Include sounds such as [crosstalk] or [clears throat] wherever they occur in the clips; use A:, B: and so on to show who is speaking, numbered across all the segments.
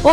A: 我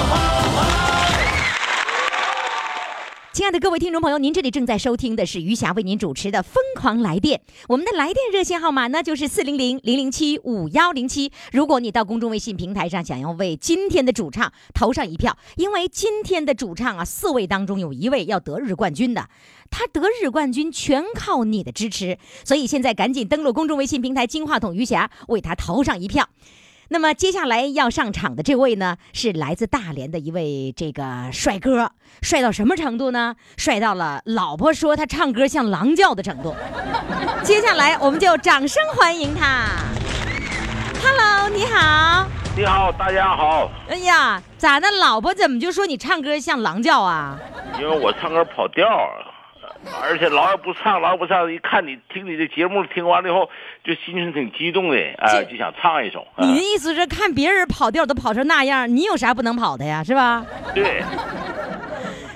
A: 亲爱的各位听众朋友，您这里正在收听的是余霞为您主持的《疯狂来电》，我们的来电热线号码呢就是四零零零零七五幺零七。如果你到公众微信平台上想要为今天的主唱投上一票，因为今天的主唱啊，四位当中有一位要得日冠军的，他得日冠军全靠你的支持，所以现在赶紧登录公众微信平台“金话筒余霞”，为他投上一票。那么接下来要上场的这位呢，是来自大连的一位这个帅哥，帅到什么程度呢？帅到了老婆说他唱歌像狼叫的程度。 [laughs] 接下来我们就掌声欢迎他。Hello，你好。
B: 你好，大家好。
A: 哎呀，咋的？老婆怎么就说你唱歌像狼叫啊？
B: 因为我唱歌跑调儿，而且老也不唱，老也不唱。一看你听你的节目，听完了以后就心情挺激动的，哎、
A: 这
B: 就想唱一首。啊
A: 你的意思是看别人跑调都跑成那样，你有啥不能跑的呀？是吧？
B: 哎对，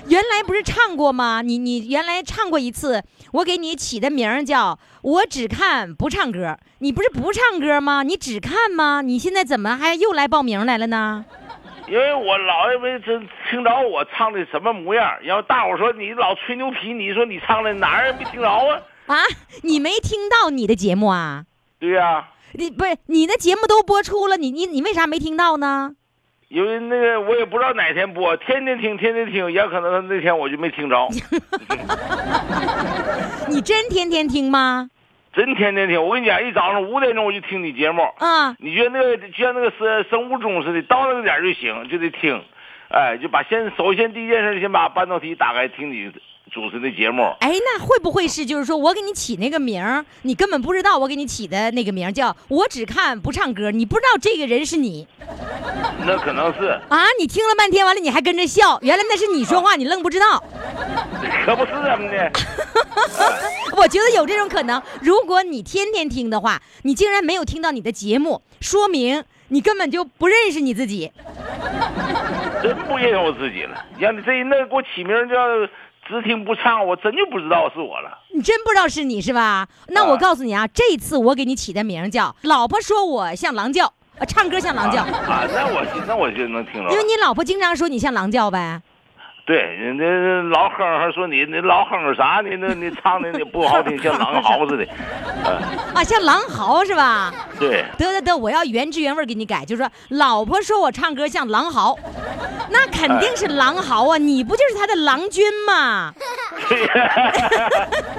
A: 原来不是唱过吗？你你原来唱过一次，我给你起的名儿叫“我只看不唱歌”。你不是不唱歌吗？你只看吗？你现在怎么还又来报名来了呢？
B: 因为我老也没真听着我唱的什么模样，然后大伙儿说你老吹牛皮，你说你唱的哪儿也没听着啊？
A: 啊，你没听到你的节目啊？
B: 对呀、
A: 你不是你的节目都播出了，你你你为啥没听到呢？
B: 因为那个我也不知道哪天播，天天听，天天听，也可能那天我就没听
A: [laughs]
B: 着。
A: 你真天天听吗？
B: 真天天听，我跟你讲，一早上五点钟我就听你节目。
A: 啊，
B: 你觉得那个就像那个生生物钟似的，到那个点儿就行，就得听，哎，就把先首先第一件事先把半导体打开，听你主持的节目。
A: 哎，那会不会是就是说我给你起那个名儿，你根本不知道我给你起的那个名儿叫“我只看不唱歌”，你不知道这个人是你。
B: 那可能是，
A: 啊！你听了半天，完了你还跟着笑，原来那是你说话，你愣不知道。
B: 可不是啊怎么的，
A: 我觉得有这种可能。如果你天天听的话，你竟然没有听到你的节目，说明你根本就不认识你自己。
B: 真不认识我自己了。让你这那给我起名叫只听不唱，我真就不知道是我了。
A: 你真不知道是你是吧？那我
B: 啊
A: 告诉你啊，这次我给你起的名儿叫“老婆说我像狼叫”，啊，唱歌像狼叫，
B: 啊，那我就那我就能听着
A: 因为。你老婆经常说你像狼叫呗。
B: 对，人家老哼哼说你你老哼哼啥呢？那你唱的你不好听，像狼嚎似的。
A: 啊，像狼嚎是吧？
B: 对，
A: 得得得，我要原汁原味儿给你改，就是说，老婆说我唱歌像狼嚎，那
B: 哎
A: 肯定是狼嚎啊！你不就是他的郎君吗？ [laughs]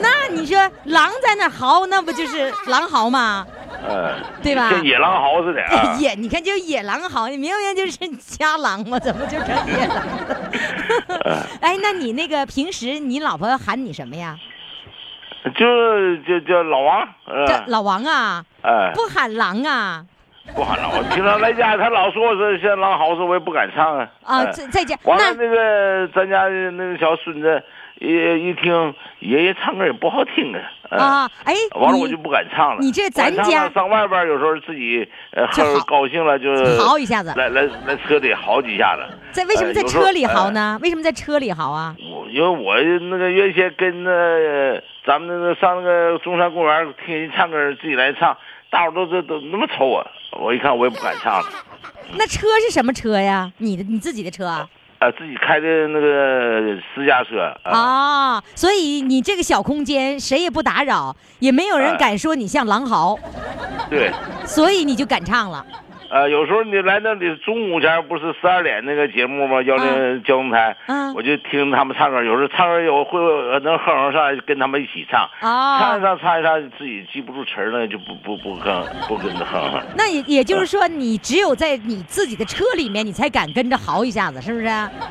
A: 那你说狼在那儿嚎，那不就是狼嚎吗？
B: 嗯，
A: 对吧。
B: 像野狼嚎似的啊
A: [laughs] 野，你看就野狼嚎，你明明就是家狼嘛，怎么就成野狼了？ [laughs] 哎，那你那个平时你老婆喊你什么呀？
B: 就就就老王，嗯、
A: 这老王啊，
B: 哎，
A: 不喊狼啊
B: 不喊了，我平常来家，他老说我是像狼嚎似，我也不敢唱啊。
A: 啊！
B: 哎
A: 在在家
B: 完
A: 那
B: 了，那个咱家那个小孙子一一听爷爷唱歌也不好听啊。哎
A: 啊，哎，
B: 完了
A: 你
B: 我就不敢唱了。
A: 你这咱
B: 晚
A: 家
B: 上上外边有时候自己呃
A: 就
B: 哼
A: 嚎
B: 高兴了就
A: 嚎一下子
B: 来来来车里嚎几下子。
A: 在为什么
B: 呃
A: 在
B: 有时候
A: 车里嚎
B: 哎
A: 呢？为什么在车里嚎啊？
B: 我因为我那个原先跟那咱们那个上那个中山公园听人唱歌，自己来唱，大伙都都都那么瞅我，我一看我也不敢唱了，
A: 那车是什么车呀？你的你自己的车啊？
B: 啊，自己开的那个私家车啊，
A: 啊、所以你这个小空间谁也不打扰，也没有人
B: 哎
A: 敢说你像狼嚎，
B: 对，
A: 所以你就敢唱了。
B: 呃，有时候你来那里中午前不是十二点那个节目吗？幺零交通台，
A: 嗯
B: 我就听他们唱歌，有时候唱歌有会我能哼哼上来，跟他们一起唱，唱一
A: 哦，
B: 唱唱一唱，自己记不住词儿了，就不不不哼不跟着哼哼。
A: 那也也就是说，你只有在你自己的车里面，你才敢跟着嚎一下子，是不是？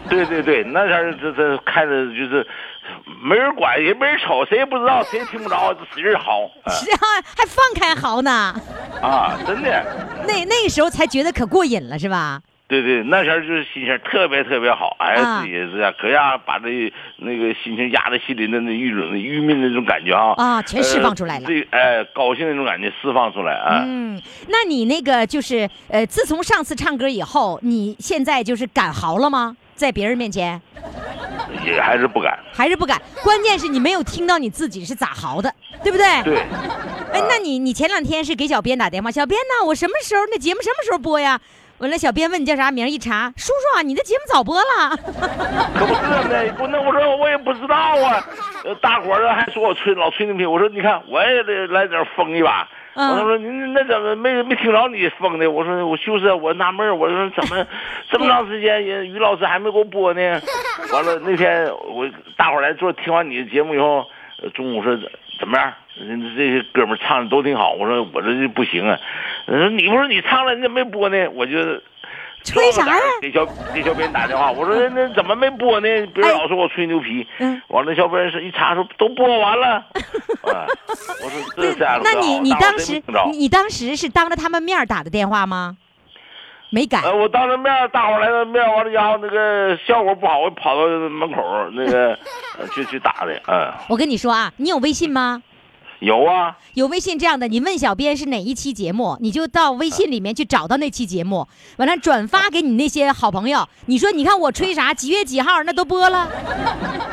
B: 对对对，那前儿这这看着就是没人管，也没人瞅，谁也不知道，谁也听不着，使劲嚎
A: 是啊，还放开嚎呢，
B: 啊啊！真的，
A: 那那时候才觉得可过瘾了，是吧？
B: 对对，那前儿就是心情特别特别好，哎，
A: 啊
B: 自己这样，可下把这那个心情压在心里的那郁闷郁闷的那种感觉啊
A: 啊全释放出来了
B: 呃这哎、高兴的那种感觉释放出来啊。
A: 嗯，那你那个就是呃，自从上次唱歌以后，你现在就是敢嚎了吗？在别人面前
B: 也还是不敢。
A: 还是不敢？关键是你没有听到你自己是咋嚎的，对不对？
B: 对，
A: 哎，那你你前两天是给小编打电话，小编呐，我什么时候那节目什么时候播呀？完了，小编问你叫啥名儿，一查，叔叔啊，你的节目早播
B: [laughs]
A: 了。
B: 可不是呢，不那我说我也不知道啊。呃大伙儿还说我吹老吹牛皮，我说你看我也得来点疯一把。
A: 嗯
B: 我他说您那怎么没没听着你疯的？我说我就是啊我纳闷儿我说怎么这么长时间人于老师还没给我播呢？完了那天我大伙儿来做听完你的节目以后，呃中午说怎么样？人这些哥们儿唱的都挺好。我说我这不行啊。人说你不是你唱了你怎么没播呢？我就
A: 吹啥呀
B: 给小给小编打电话，我说那那怎么没播呢？别人老说我吹牛皮
A: 哎嗯，
B: 完了小编是一查说都播
A: [laughs]
B: 完了，啊，我说这家伙
A: 那你你
B: 大伙
A: 当
B: 儿谁
A: 时
B: 没听着
A: 你你当时是当着他们面儿打的电话吗？没敢。
B: 呃，我当着面大伙儿来到面，完了家伙那个效果不好，我跑到门口儿那
A: [laughs]
B: 个呃去去打的，嗯，
A: 我跟你说啊，你有微信吗？
B: 有啊，
A: 有微信这样的，你问小编是哪一期节目，你就到微信里面去找到那期节目，完了转发给你那些好朋友。你说你看我吹啥，几月几号那都播了，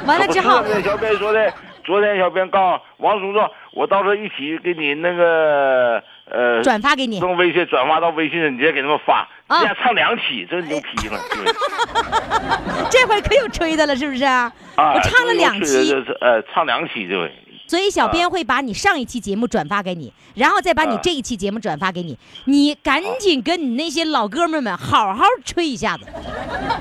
A: 完了之后
B: 我知道那小编说的，昨天小编告诉王叔叔，我到时候一起给你那个呃
A: 转发给你。
B: 用微信转发到微信上，你直接给他们发，
A: 啊
B: 这样唱两期，这牛批
A: [laughs]
B: 了，对。
A: 这回可有吹的了，是不是啊？
B: 啊，
A: 我唱了两
B: 这
A: 期，
B: 个是呃，唱两期对。
A: 所以小编会把你上一期节目转发给你，然后再把你
B: 啊
A: 这一期节目转发给你。你赶紧跟你那些老哥们儿们好好吹一下子。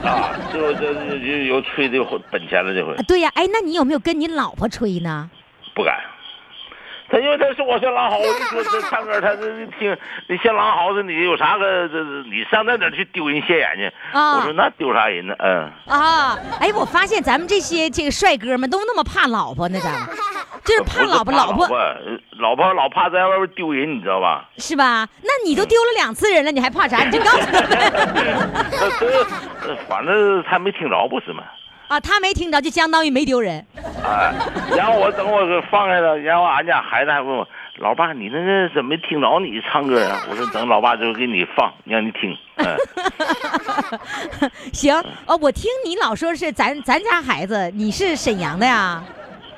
B: 啊，这回这这这有吹的本钱了，这回
A: 啊对呀、哎，那你有没有跟你老婆吹呢？
B: 不敢。他因为他是我像狼嚎，我
A: [laughs]
B: 就说这唱歌，他这听你像狼嚎似的，你有啥个这这你上那点去丢人现眼去？
A: 啊
B: 我说那丢啥人呢？嗯，
A: 啊，哎，我发现咱们这些这个帅哥们都那么怕老婆呢， [laughs] 咱们就是怕老
B: 不
A: 婆，
B: 是
A: 老婆
B: 呃老婆老怕在外边丢人，你知
A: [laughs]
B: 道吧？ [laughs]
A: 是吧？那你都丢了两次人了，你还怕啥？你就告诉他呗。
B: 那这呃反正他没听着，不是吗？
A: [laughs] 啊，他没听着就相当于没丢人。 [laughs]
B: 啊，然后我等我给放开了，然后俺家孩子还问我，老爸，你那个怎么没听着你唱
A: [laughs]
B: 歌啊？我说等老爸就给你放，让你听。嗯，
A: 行哦，我听你老说是咱咱家孩子，你是沈阳的呀？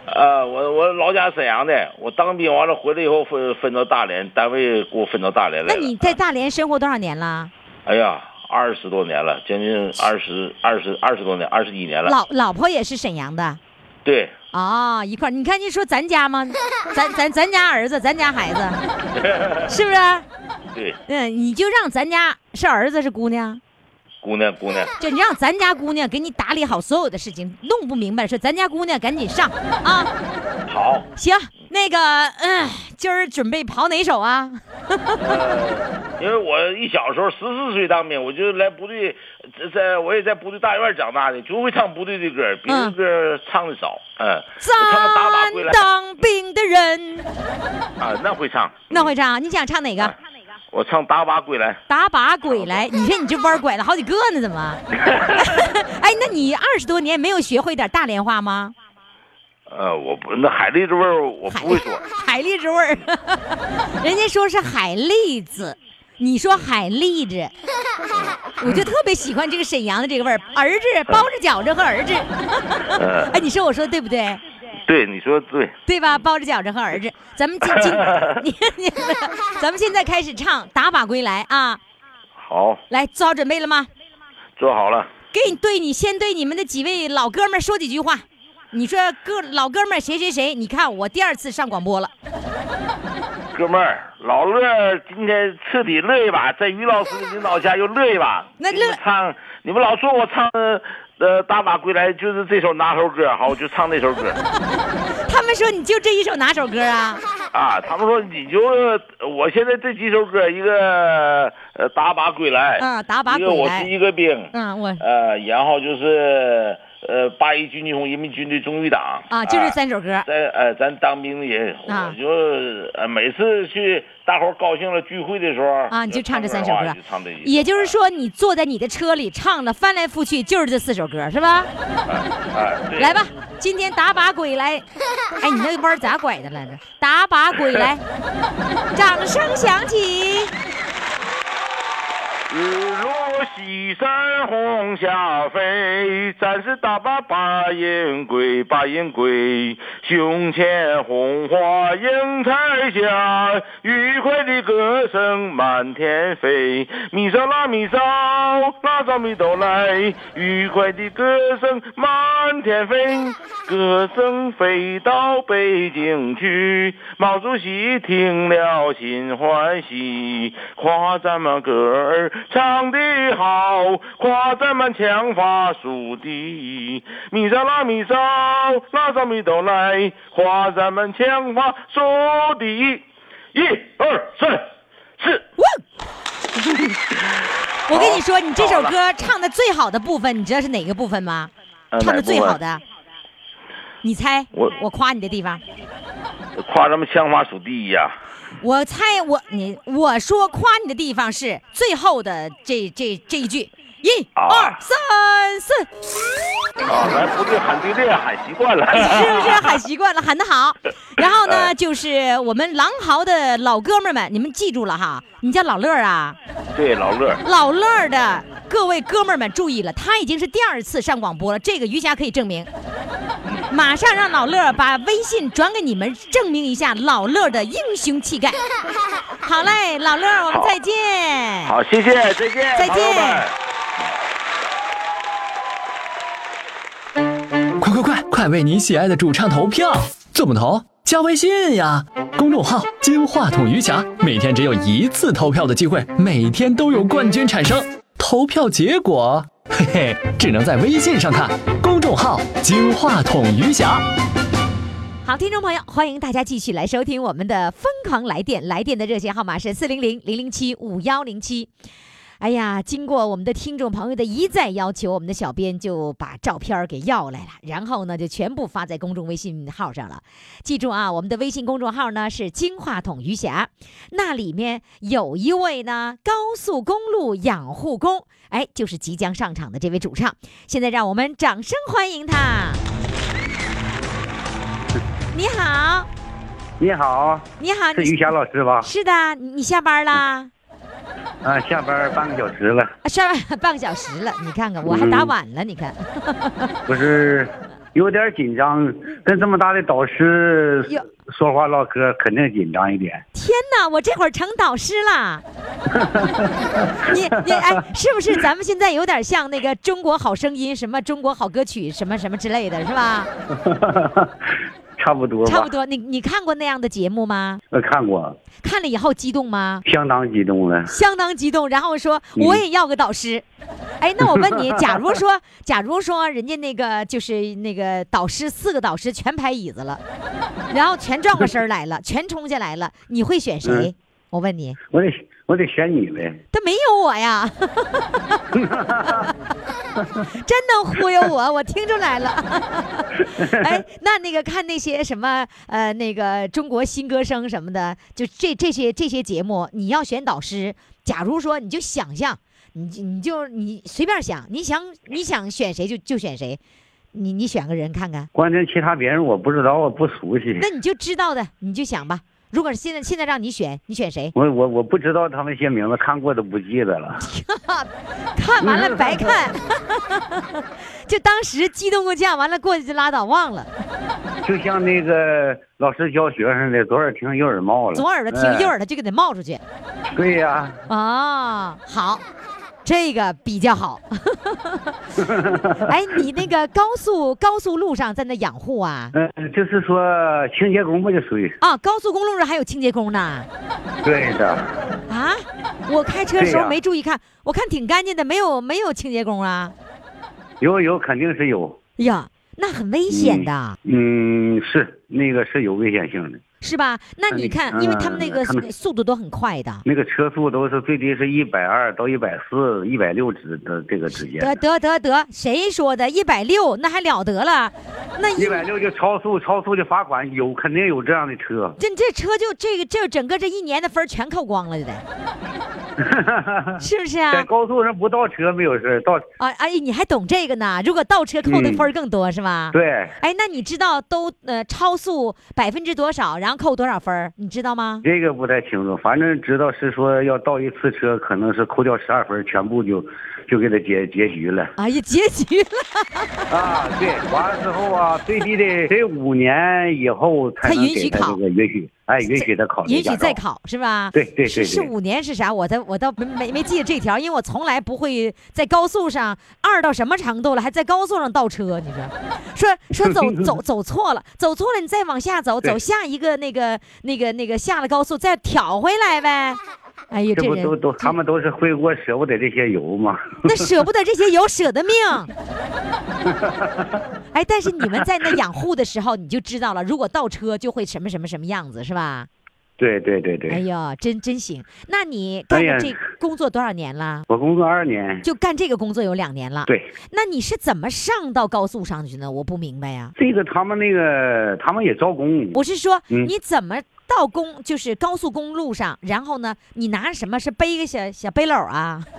B: 呃，我我老家沈阳的，我当兵完了回来以后分分到大连，单位给我分到大连来
A: 那
B: 了。
A: 你在大连生活多少年了？
B: 哎呀，二十多年了，将近二十二十二十多年，二十一年了。
A: 老老婆也是沈阳的
B: 对，
A: 哦，一块儿。你看，你说咱家吗？咱咱咱家儿子，咱家孩子， [laughs] 是不是？
B: 对，
A: 嗯，你就让咱家是儿子是姑娘，
B: 姑娘姑娘，
A: 就你让咱家姑娘给你打理好所有的事情，弄不明白说咱家姑娘赶紧上
B: [laughs]
A: 啊！
B: 好，
A: 行，那个，嗯、今儿准备跑哪首啊？
B: 因为我一小时候十四岁当兵，我就来部队，在在我也在部队大院长大的，就会唱部队的歌，别的歌唱的少。嗯，我唱个打靶归
A: 咱
B: 来
A: 当兵的人，
B: 啊，那会唱，
A: 那会唱？你想唱哪
B: 啊
A: 个？
B: 我唱打靶归来。
A: 打把鬼来！你看你这弯拐了好几个呢，怎么？哎，那你二十多年没有学会点大连话吗？
B: 呃，我不那海蛎子味儿我不会说，
A: [laughs] 海蛎子味儿， [laughs] 人家说是海蛎子，你说海蛎子，我就特别喜欢这个沈阳的这个味儿。儿子包着饺子和儿子，[laughs]
B: 嗯
A: 哎，你说我说的对不对？
B: 对，你说的对，
A: 对吧？包着饺子和儿子，咱们今
B: [laughs]
A: 今你你，咱们现在开始唱《打靶归来》啊！
B: 好，
A: 来，做好准备了吗？
B: 做好了，
A: 给你对你先对你们的几位老哥们儿说几句话。你说哥老哥们儿谁谁谁？你看我第二次上广播了，
B: 哥们儿，老乐今天彻底乐一把，在于老师的领导下又乐一把。
A: 那
B: 给你们
A: 乐
B: 唱，你们老说我唱呃《大马归来》，就是这首哪首歌？好，我就唱这首歌。
A: [laughs] 他们说你就这一首哪首歌
B: [laughs]
A: 啊？
B: 啊，他们说你就呃我现在这几首歌，一个呃《打靶归来》，
A: 嗯打靶
B: 一个
A: 归
B: 我
A: 来
B: 是一个兵，
A: 嗯，我
B: 呃，然后就是呃八一军军红人民军队忠于党
A: 啊，就是三首歌。
B: 在呃，咱当兵的人，
A: 啊
B: 我就呃每次去大伙儿高兴了聚会的时候
A: 啊你就唱这三首
B: 的话
A: 歌
B: 就唱这一首
A: 也就是说，你坐在你的车里唱了翻来覆去就是这四首歌，是吧？
B: 哎，对
A: 来吧，今天打把鬼
B: [laughs]
A: 来，哎，你那个弯儿咋拐的来着？打把鬼
B: [laughs]
A: 来，掌声响起。
B: 日落西山红霞飞，战士打靶把营归，把营归。胸前红花映彩霞，愉快的歌声满天飞。米烧拉米烧，拉烧米都来，愉快的歌声满天飞。歌声飞到北京去，毛主席听了心欢喜，夸咱们歌儿唱得好，夸咱们枪法数第一。米沙拉米烧，拉烧米都来，夸咱们枪法数第一。一二三四，
A: [laughs] 我跟你说，你这首歌唱的最好的部分，你知道是哪个部分吗？
B: 呃
A: 唱的最好，
B: 哪
A: 的，你猜？
B: 我
A: 我夸你的地方，
B: 部分啊夸咱们枪法数第一呀、
A: 我猜我你我说夸你的地方是最后的这这这一句，一、
B: 啊
A: 二三四， [laughs]
B: 啊！咱部队喊队列喊习惯了，
A: 是不是喊习惯了，喊得好？然后呢，就是我们狼嚎的老哥们儿们，你们记住了哈，你叫老乐儿啊，
B: 对老乐。
A: 老乐儿的各位哥们儿们注意了，他已经是第二次上广播了，这个余霞可以证明。马上让老乐儿把微信转给你们，证明一下老乐儿的英雄气概。好嘞，老乐儿，我们再见。
B: 好，谢谢，再见，
A: 再见
B: 朋友们
C: 快快快，快为你喜爱的主唱投票！怎么投？加微信呀，公众号“金话筒余霞”，每天只有一次投票的机会，每天都有冠军产生。投票结果，嘿嘿，只能在微信上看。公众号“金话筒余霞”。
A: 好，听众朋友，欢迎大家继续来收听我们的《疯狂来电》，来电的热线号码是四零零零零七五幺零七。哎呀，经过我们的听众朋友的一再要求，我们的小编就把照片儿给要来了，然后呢就全部发在公众微信号上了。记住啊，我们的微信公众号呢是“金话筒余霞”，那里面有一位呢高速公路养护工，哎，就是即将上场的这位主唱。现在让我们掌声欢迎他。你好，
D: 你好，
A: 你好，
D: 是
A: 你
D: 于霞老师吧？
A: 是的，你你下班啦？
D: 啊，下班半个小时了，
A: 啊下班半个小时了，你看看，我还打晚了，你看， [laughs]
D: 不是有点紧张，跟这么大的导师
A: 哟
D: 说话唠嗑，肯定紧张一点。 [laughs]
A: 天哪，我这会儿成导师 [laughs] 了。你你哎，是不是咱们现在有点像那个《中国好声音》什么《中国好歌曲》什么什么之类的，是吧？
D: 差不多吧，
A: 差不多，你你看过那样的节目吗？
D: 我看过，
A: 看了以后激动吗？
D: 相当激
B: [laughs]
D: 动了。
A: 相当激动，然后说
D: 嗯
A: 我也要个导师。哎，那我问你，假如说，假如说啊人家那个就是那个导师，四个导师全拍椅子了，然后全转过身儿来了，全冲下来了，你会选谁？我问你，
D: 我得我得选你呗，
A: 他没有我呀，真能忽悠我，我听出来了。哎，那那个看那些什么呃那个中国新歌声什么的，就这这些这些节目，你要选导师，假如说你就想象，你就你就你随便想，你想你想选谁就就选谁，你你选个人看看，
D: 关键其他别人我不知道，我不熟悉，
A: 那你就知道的你就想吧。如果是现在现在让你选，你选谁？
D: 我我我不知道他们些名字，看过都不记得了。
A: 看完了白
D: [laughs]
A: 看，就当时激动过架，完了过去就拉倒，忘了。
D: 就像那个老师教学生的，左耳听右耳冒了，
A: 左耳朵听，右
D: 嗯哎
A: 耳朵就给它冒出去。
D: 对呀、
A: 啊，好，这个比较
D: [laughs]
A: 好。哎，你那个高速高速路上在那养护啊？
D: 嗯、呃，就是说清洁工吧，就属于
A: 啊，高速公路上还有清洁工呢。
D: 对的。
A: 啊，我开车的时
D: 对
A: 候
D: 呀
A: 没注意看，我看挺干净的，没有没有清洁工啊。
D: 有有肯定是有。
A: 呀，那很危险的，
D: 嗯，是那个是有危险性的，
A: 是吧？那你看，
D: 嗯
A: 因为他们那个
D: 他们
A: 速度都很快的。
D: 那个车速都是最低是一百二到一百四、一百六之的这个之间
A: 得得
D: 的。
A: 得得，谁说的？一百六那还了得了？那
D: 一百六就超速，超速就罚款，有肯定有这样的车。
A: 这这车就这个这整个这一年的分儿全扣光了，就得，
D: [laughs]
A: 是不是
D: 在
A: 啊？
D: 高速上不倒车没有事，倒
A: 啊哎，你还懂这个呢？如果倒车扣的
D: 嗯
A: 分儿更多、是吧？。
D: 对
A: 哎，那你知道都呃超速百分之多少，然后扣多少分儿，你知道吗？
D: 这个不太清楚，反正知道是说要倒一次车，可能是扣掉十二分，全部就就给他结结局了。
A: 哎呀，结局了，
D: 啊，对，完了之后啊，最低得得五年以后才
A: 才
D: 能
A: 允许
D: 给他
A: 考
D: 这个允许，哎，允许他考这
A: 允
D: 驾
A: 许再
D: 照。
A: 考是吧？
D: 对对
A: 是
D: 对
A: 是
D: 对
A: 五年是啥？我在我倒没没没记得这条，因为我从来不会在高速上二到什么程度了，还在高速上倒车，你说说说
D: [laughs]
A: 走走走错了，走错了，你再往下走，
D: 对
A: 走下一个那个那个那个下了高速再挑回来呗。哎呀，
D: 这不
A: 人
D: 都都他们都是回锅舍不得这些油吗？
A: 那舍不得这些油，舍
D: [laughs]
A: 得命。哎，但是你们在那养护的时候，你就知道了，如果倒车就会什么什么什么样子，是吧？
D: 对对对
A: 哎
D: 对，
A: 呀，真真行。那你
D: 哎
A: 干
D: 呀
A: 了
D: [laughs]
A: 这工作多少年了？
D: 我工作二年，
A: 就干这个工作有两年了。
D: 对
A: 那你是怎么上到高速上去呢？我不明白呀、
D: 这个他们那个他们也招工，
A: 我是说，
D: 嗯
A: 你怎么到公就是高速公路上，然后呢，你拿着什么是背个小小背篓啊？ [laughs]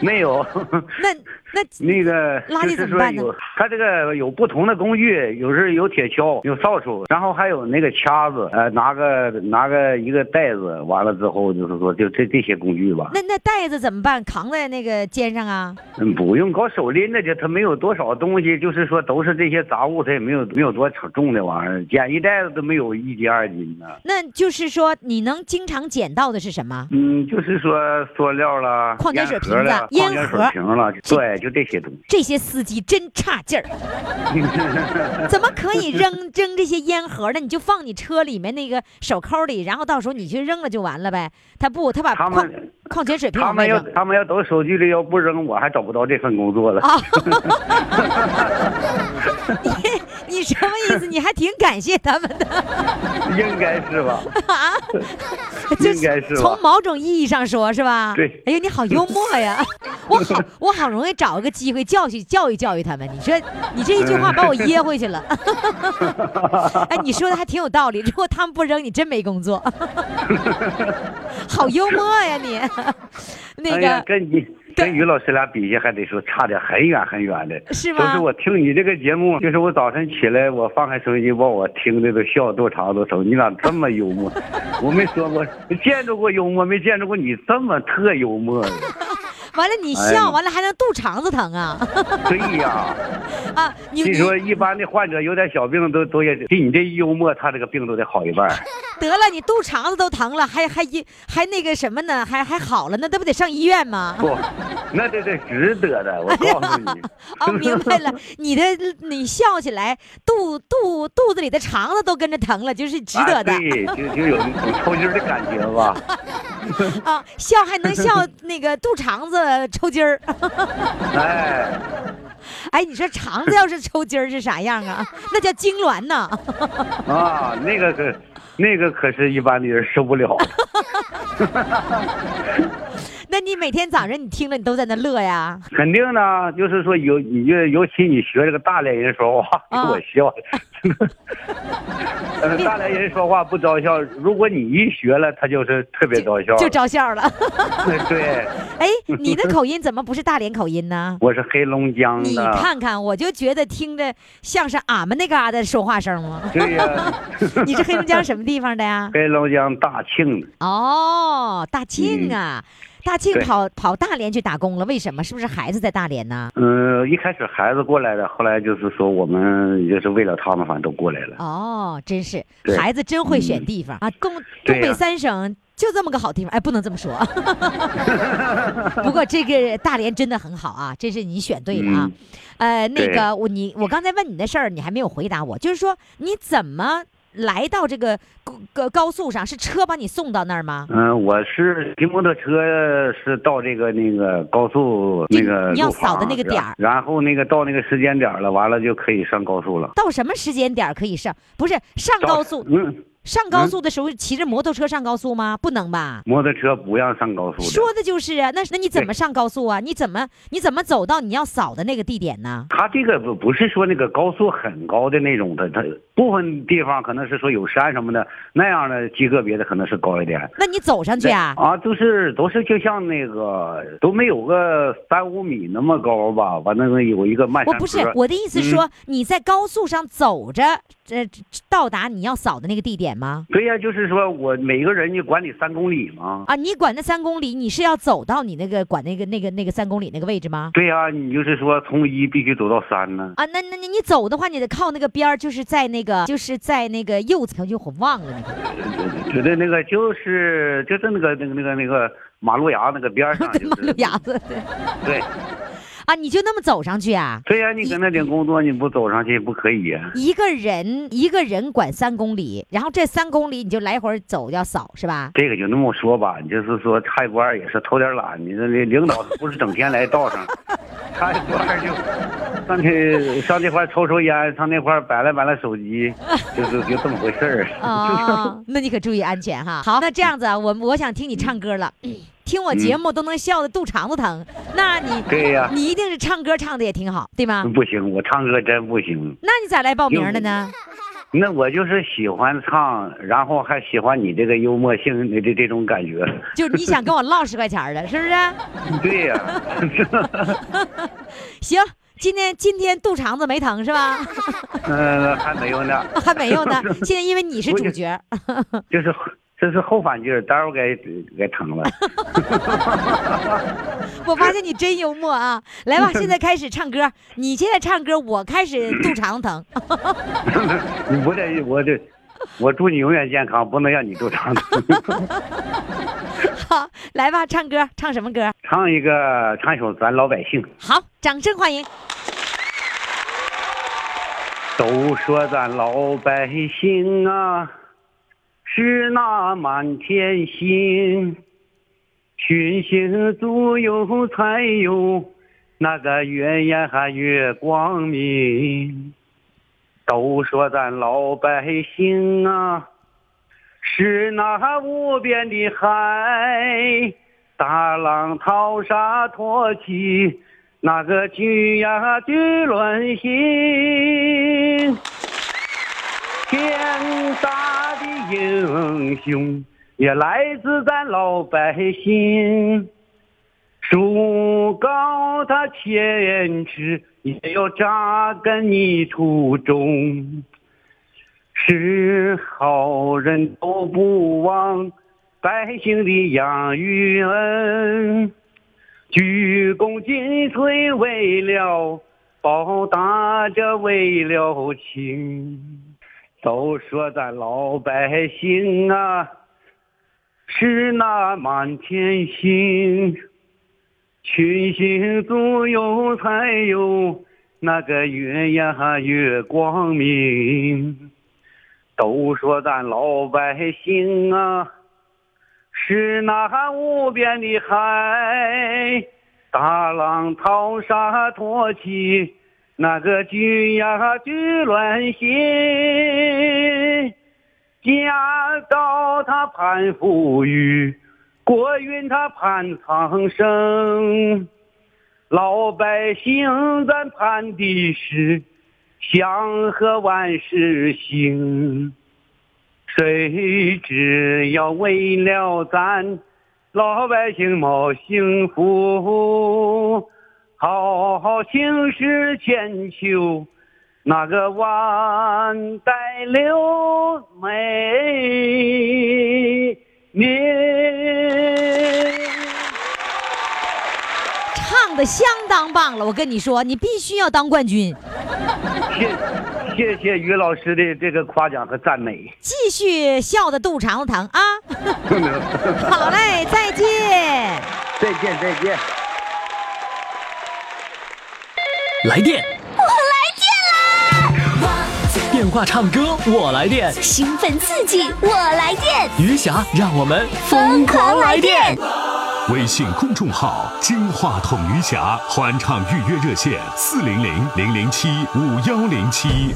D: 没有 [laughs]
A: 那那
D: 那个
A: 拉
D: 就
A: 力
D: 是
A: 怎么
D: 说
A: 办呢
D: 有他这个有不同的工具，有时有铁锹，有扫帚，然后还有那个掐子，呃，拿个拿个一个袋子，完了之后就是说就这这些工具吧。
A: 那那袋子怎么办？扛在那个肩上啊？
D: 嗯，不用搞手拎着去，他没有多少东西，就是说都是这些杂物，他也没有没有多重的玩意儿，捡一袋子都没有一斤二斤呢。
A: 那就是说，你能经常捡到的是什么？
D: 嗯，就是说塑料啦、
A: 矿泉水瓶子
D: 烟盒啦、
A: 烟
D: 矿泉
A: 盒
D: 水瓶啦，对，就这些东西。
A: 这些司机真差劲儿，
D: [laughs]
A: 怎么可以扔扔这些烟盒呢？你就放你车里面那个手扣里，然后到时候你去扔了就完了呗。他不，他把
D: 他
A: 矿
D: 们
A: 矿泉水瓶
D: [laughs] 他
A: 往外
D: 们要
A: 扔。
D: 他们要都手机里要不扔，我还找不到这份工作了。
A: 啊， [laughs] 你你什么意思？你还挺感谢他们的，
D: [laughs] 应该是吧？
A: [laughs] 就
D: 应该是吧
A: 从某种意义上说，是吧？
D: 对
A: 哎呀，你好幽默
D: [laughs]
A: 呀！我好，我好容易找一个机会教训教育教育他们。你说，你这一句话把我噎回去
D: [laughs]
A: 了。哎，你说的还挺有道理。如果他们不扔，你真没工
D: [laughs]
A: 作。好幽默呀你！那
D: 哎
A: 个、
D: 呀，跟你
A: 对
D: 跟于老师俩比下，还得说差得很远很远的。
A: 是
D: 都
A: 吗
D: 是我听你这个节目，就是我早晨起来，我放开收音机，把我听的都笑肚肠都疼。你咋这么幽默？我没说过，见着过幽默，没见着过你这么特幽默的。
A: 完了你
D: 哎
A: 笑，
D: 呀
A: 完了还能肚肠子疼啊
D: 对呀，
A: 啊！ [laughs] 你
D: 你
A: 你
D: 说一般的患者有点小病都都也比你这一幽默，他这个病都得好一半儿。
A: 得了，你肚肠子都疼了，还还一还那个什么呢？还还好了，那这不得上医院吗？
D: 不，那这这值得的，我告诉你。
A: [laughs]
D: 啊
A: 哦，明
D: [laughs]
A: 白了， [laughs] 你的你笑起来，肚肚肚子里的肠子都跟着疼了，就是值得的
B: 哎
D: 啊、对，就就有一种抽筋儿的感觉吧。
A: 啊笑还能笑那个肚肠子抽筋儿， [laughs]
D: 哎，
A: 哎，你说肠子要是抽筋儿是啥样啊？那叫痉挛呐。 [laughs]
D: 啊，那个可，那个可是一般的人受不了。
A: [laughs] 那你每天早上你听了你都在那乐呀？
D: 肯定呢，就是说尤你就尤其你学这个大连人说话，给
A: 啊
D: 我笑。
A: [laughs]
D: 呃，大连人说话不招笑，如果你一学了，他就是特别招笑。
A: 就招笑了。 [laughs]
D: 对 [laughs] 对，
A: 哎，你的口音怎么不是大连口音呢？
D: 我是黑龙
B: 嗯
D: 江
A: 你
D: 的。
A: 看看，我就觉得听着像是俺们那嘎达说话声吗？ [laughs]
D: 对呀、
A: 你是黑龙江什么地方的呀？
D: 黑龙江大庆的。
A: 哦，大庆啊，大庆
E: 嗯对
A: 跑跑大连去打工了，为什么？是不是孩子在大连呢？
D: 呃
E: 嗯，一开始孩子过来的，后来就是说我们就是为了他们，反正都过来了。
A: 哦，真是
E: 对嗯
A: 孩子真会选地方、啊！东
E: 对
A: 东
E: 呀
A: 北三省就这么个好地方，哎，不能这么
E: [laughs]
A: 说。不过这个大连真的很好啊，真是你选对了啊。呃，那
E: 嗯对
A: 个我你我刚才问你的事儿，你还没有回答我，就是说你怎么来到这个高高高速上？是车把你送到那儿吗？
E: 嗯，我是骑摩托车是到这个那个高速
A: 就
E: 那个
A: 你要
E: 路
A: 扫的
E: 旁
A: 那个点儿
E: 然后那个到那个时间点儿了，完了就可以上高速了。
A: 到什么时间点儿可以上？不是上
E: 到
A: 高速，
E: 嗯，
A: 上高速的时候骑着摩托车上高速吗？不能吧？
E: 摩托车不让上高速的。
A: 说的就是啊，那那你怎
E: 对
A: 么上高速啊？你怎么你怎么走到你要扫的那个地点呢？
E: 它这个不不是说那个高速很高的那种的，它部分地方可能是说有山什么的那样的，极个别的可能是高一点。
A: 那你走上去啊？
E: 啊，都是都是就像那个都没有个三五米那么高吧，完那个有一个漫
A: 我
E: 山
A: 哦不是
E: 坡
A: 我的意思说，你在高速上走着，这、到达你要扫的那个地点吗？
E: 对呀、就是说我每个人就管你三公里嘛。
A: 啊，你管那三公里，你是要走到你那个管那个那个那个三公里那个位置吗？
E: 对呀、你就是说从一必须走到三呢。
A: 啊，那那那你走的话，你得靠那个边儿，就是在那个就是在那个右侧，就我忘了那个
E: 觉得那个就是就是那个那个那个那个马路牙那个边儿
A: [laughs]
E: 上、就是，
A: 马路牙子
E: 对
A: 啊，你就那么走上去啊？
E: 对呀、你搁那点工作你不走上去不可以呀、
A: 一个人一个人管三公里，然后这三公里你就来回走要扫是吧？
E: 这个就那么说吧，你就是说菜官也是偷点懒，你
A: [laughs]
E: 这领导不是整天来道上，菜官就
A: [laughs]
E: 上去上那块抽抽烟，上那块摆来摆来手机，就是就这么回事
A: [laughs]
E: 儿。
A: 啊、
E: 哦
A: 那你可注意安全哈。好，那这样子啊，我我想听你唱歌了，听我节目都能笑得肚肠子疼，那你
E: 对呀嗯
A: 你一定是唱歌唱的也挺好，对吗？
E: 不行，我唱歌真不行。
A: 那你咋来报名的呢？
E: 那我就是喜欢唱，然后还喜欢你这个幽默性的这这种感觉。
A: 就是你想跟我唠十块钱儿
E: [laughs]
A: 的，是不是？
E: 对呀、
A: 行，今天今天肚肠子没疼是
E: [laughs]
A: 吧？
E: 嗯、还没有呢，
A: 还没
E: [laughs]
A: 有呢。现在因为你是主角，
E: 就是这是后半句，待会儿该该疼了。 [laughs]
A: 我发现你真幽默啊！来吧，现在开始唱歌。你现在唱歌，我开始肚肠子疼。 [laughs]
E: 你不得，我这，我祝你永远健康，不能让你肚肠疼。
A: 好，来吧，唱歌，唱什么歌？
E: [laughs] 唱一个，唱一首咱老百姓。
A: 好，掌声欢迎。
E: 都说咱老百姓啊，是那满天星，群星足有才有，那个月呀还越光明。都说咱老百姓啊，是那无边的海，大浪淘沙托起那个巨呀巨轮行。天大的英雄也来自咱老百姓，树高它千尺，也要扎根泥土中。是好人都不忘百姓的养育恩，鞠躬尽瘁为了报答这为了情。都说咱老百姓啊，是那满天星，群星足有才有，那个月呀月光明。都说咱老百姓啊，是那无边的海，大浪淘沙托起那个巨呀巨轮行，家高它攀富裕，国运它攀苍生，老百姓咱攀的是祥和万事兴。谁只要为了咱老百姓谋幸福，好好行事千秋，那个万代留美名。
A: 唱的相当棒了，我跟你说，你必须要当冠军。
E: 谢谢谢于老师的这个夸奖和赞美。
A: 继续笑的肚肠子疼啊！好嘞，再见。
E: 再见再见。
C: 来电，我来电啦！电话唱歌，我来电。
F: 兴奋刺激，我来电，
C: 余霞，让我们
F: 疯狂来电！
G: 微信公众号“金话筒余霞”欢唱预约热线：四零零零零七五幺零七。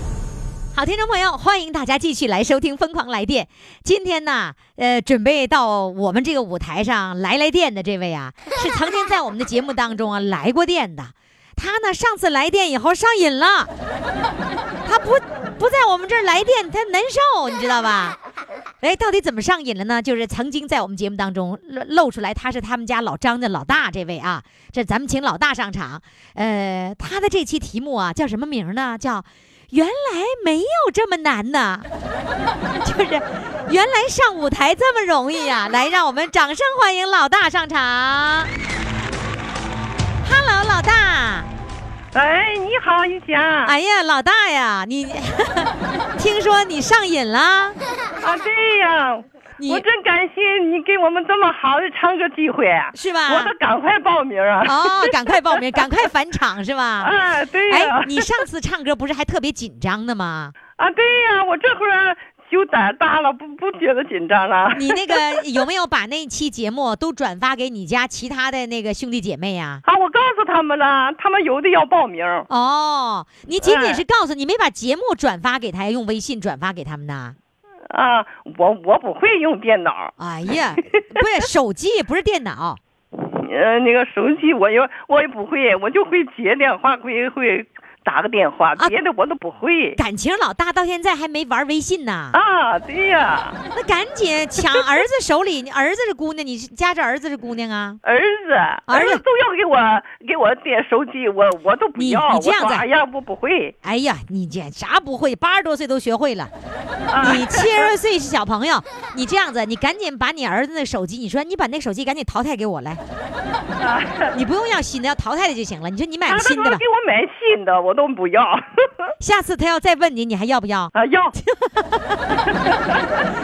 A: 好，听众朋友，欢迎大家继续来收听《疯狂来电》。今天呢，呃，准备到我们这个舞台上来来电的这位啊，是曾经在我们的节目当中啊来过电的。他呢，上次来电以后上瘾了，他不不在我们这儿来电，他难受，你知道吧？哎，到底怎么上瘾了呢？就是曾经在我们节目当中露露出来，他是他们家老张家老大这位啊，这咱们请老大上场。呃，他的这期题目啊叫什么名呢？叫“原来没有这么难呢”， [laughs] 就是原来上舞台这么容易呀、来，让我们掌声欢迎老大上场。Hello，老大。
H: 哎，你好，玉霞。
A: 哎呀，老大呀，你 [laughs] 听说你上瘾了？
H: 啊，对呀，
A: 你
H: 我真感谢你给我们这么好的唱歌机会，
A: 是吧
H: 我得赶快报名啊！
A: 啊
H: [laughs]
A: 哦，赶快报名，赶快返场是吧？
H: 啊， [laughs] 对呀
A: 哎，，你上次唱歌不是还特别紧张的吗？
H: 啊，对呀，我这会儿就胆大了，不不觉得紧张了。
A: 你那
H: [laughs]
A: 个有没有把那期节目都转发给你家其他的那个兄弟姐妹呀、
H: 啊，我告诉他们了，他们有的要报名。
A: 哦，你仅仅
H: 哎
A: 是告诉你没把节目转发给他，用微信转发给他们呢？
H: 啊，我我不会用电脑，
A: 哎呀，不是手机，不是电脑。
H: 呃，那个手机我也我也不会，我就会接电话，会会打个电话，
A: 啊
H: 别的我都不会。
A: 感情老大到现在还没玩微信呢，
H: 啊，对呀，
A: 那赶紧抢儿子手里，你儿子是姑娘，你是家这儿子是姑娘啊？
H: 儿子，儿
A: 子
H: 子都要给我给我点手机，我我都不
A: 你
H: 要，
A: 你这样
H: 我
A: 子
H: 说哎呀，我不会，
A: 哎呀，你这啥不会？八十多岁都学会了，
H: 啊
A: 你七十多岁是小朋友。你这样子，你赶紧把你儿子那手机，你说你把那手机赶紧淘汰给我来，你不用要新的，要淘汰的就行了。你说你买
H: 他
A: 个
H: 啊他
A: 新的
H: 说
A: 吧
H: 给，我买新的，我都不要， [laughs]
A: 下次他要再问你，你还要不要？
H: 啊
A: [laughs]
H: 要，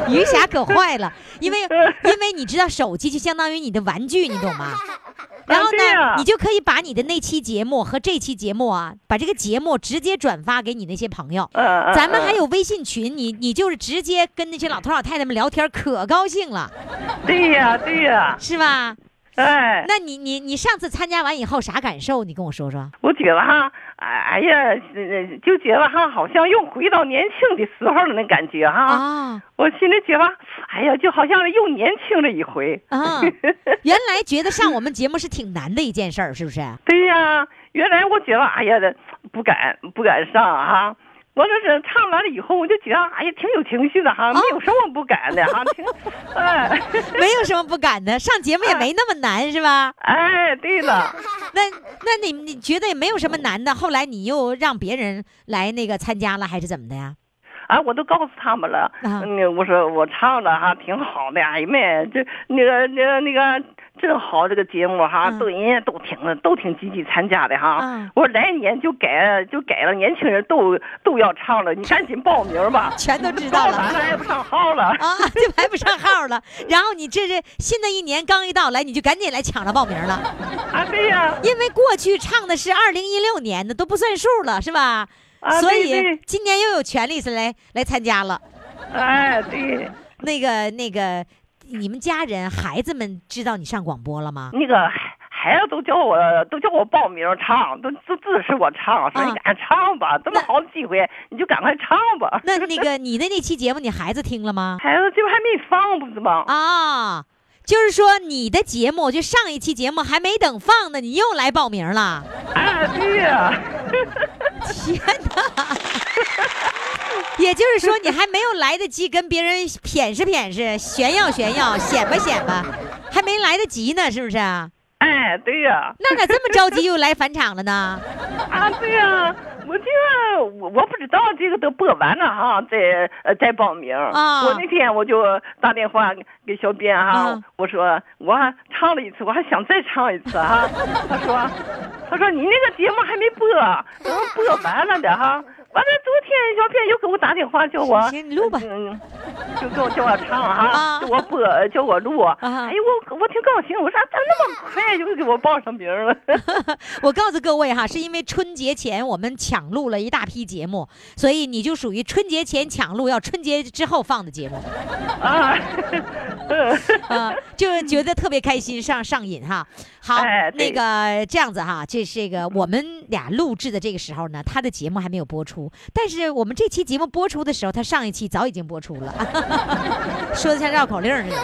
A: 余霞可坏了，因
H: [laughs]
A: 为因为你知道手机就相当于你的玩具，你懂吗？然后
H: 对
A: 呢
H: 呀，
A: 你就可以把你的那期节目和这期节目啊，把这个节目直接转发给你那些朋友。
H: 嗯、嗯
A: 咱们还
H: 嗯
A: 有微信群，你你就是直接跟那些老头老太太们聊天，可高兴了，
H: 呃对呀对呀，
A: 是吧？
H: 哎，
A: 那你你你上次参加完以后啥感受？你跟我说说。
H: 我觉得哈，哎哎呀，呃就觉得哈，好像又回到年轻的时候了那感觉哈，
A: 啊
H: 我心里觉得，哎呀，就好像又年轻了一回，
A: 啊！原来觉得上我们节目是挺难的一件事儿，是不是？
H: 对呀，原来我觉得，哎呀，这不敢不敢上啊。我这是唱完了以后，我就觉得，哎呀，挺有情绪的
A: 哦
H: 哈，没有什么不敢的
A: [laughs]
H: 哈，挺，哎
A: 没有什么不敢的，上节目也没那么难，是吧？
H: 哎，对
A: [laughs]
H: 了，
A: 那那你你觉得也没有什么难的，后来你又让别人来那个参加了，还是怎么的呀？
H: 啊，我都告诉他们了，
A: 啊
H: 嗯，我说我唱的哈挺好的，哎呀妈呀，这那个那个那个正好这个节目哈，
A: 嗯
H: 都人家都挺都挺积极参加的哈，
A: 嗯
H: 我说来年就改就改了，年轻人都都要唱了，你赶紧报名吧，
A: 全都知道
H: 报
A: 了
H: 咱还不上号了。
A: 啊，就排不上号了。然后你这是新的一年刚一到来，你就赶紧来抢着报名了，
H: 啊，对呀、
A: 因为过去唱的是二零一六年的，都不算数了，是吧？
H: 啊
A: 所
H: 对
A: 以
H: 对
A: 今年又有权利是来来参加了。
H: 哎，对，
A: 那个那个，你们家人孩子们知道你上广播了吗？
H: 那个孩孩子都叫我都叫我报名唱，都都支持我唱，说
A: 啊
H: 你赶快唱吧，这么
A: 那
H: 好的机会，你就赶快唱吧。
A: 那那个你的那期节目，你孩子听了吗？
H: 孩子这不还没放不是吗？
A: 啊，就是说你的节目，就上一期节目还没等放呢，你又来报名了。
H: 啊，对呀、
A: 天哪！也就是说，你还没有来得及跟别人 [laughs] 谝是谝是，炫耀炫耀，显摆显摆，还没来得及呢，是不是啊？
H: 哎，对呀、
A: 那咋这么着急又来返场了呢？
H: 啊，对呀、
I: 我这个我我不知道这个都播完了哈，再呃再报名。
A: 啊
I: 我那天我就打电话给小编哈，
A: 嗯
I: 我说我还唱了一次，我还想再唱一
A: [laughs]
I: 次哈。他说他说你那个节目还没播，然后播完了的哈。完了，昨天小编又给我打电话叫 [laughs] 我，
A: 行行你录吧 [laughs]
I: 嗯，就给我叫我唱哈
A: 啊，
I: 叫我播，叫我录。
A: 啊
I: 哎呦，我我挺高兴，我说咋那么快就给我报上
A: [laughs]
I: 名了？
A: 我告诉各位哈，是因为春节前我们抢录了一大批节目，所以你就属于春节前抢录，要春节之后放的节目， [laughs]
I: 啊， [laughs] 嗯
A: 呃，就是觉得特别开心，上上瘾哈。好，
I: 哎
A: 那
I: 对
A: 个这样子哈，这是个我们俩录制的这个时候呢，他的节目还没有播出，但是我们这期节目播出的时候，他上一期早已经播出了， [laughs] 说的像绕口令似的。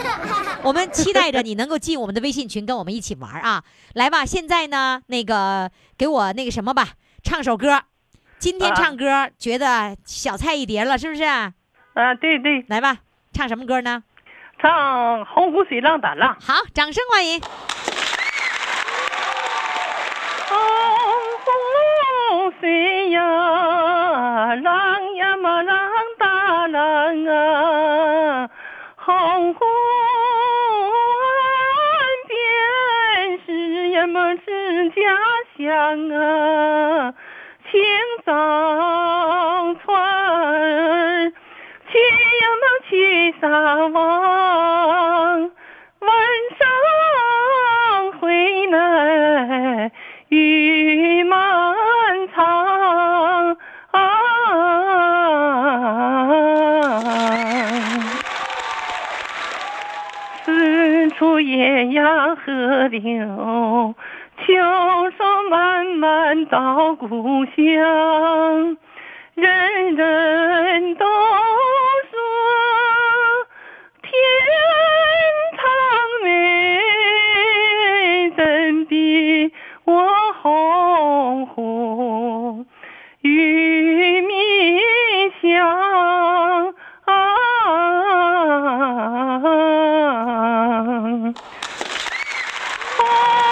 A: 我们期待着你能够进我们的微信群，跟我们一起玩啊！来吧，现在呢，那个给我那个什么吧，唱首歌。今天
I: 啊
A: 唱歌觉得小菜一碟了，是不是？
I: 啊，对对，
A: 来吧，唱什么歌呢？
I: 唱《洪湖水浪打浪》。
A: 好，掌声欢迎。
I: 洪湖水呀，浪呀嘛浪打浪啊，洪湖岸边是呀嘛是家乡啊，清早船儿去呀嘛去撒网。晚上回来雨漫长。四处野鸭河流，秋收漫漫到故乡。人人都说天堂美，真比我红红与民乡。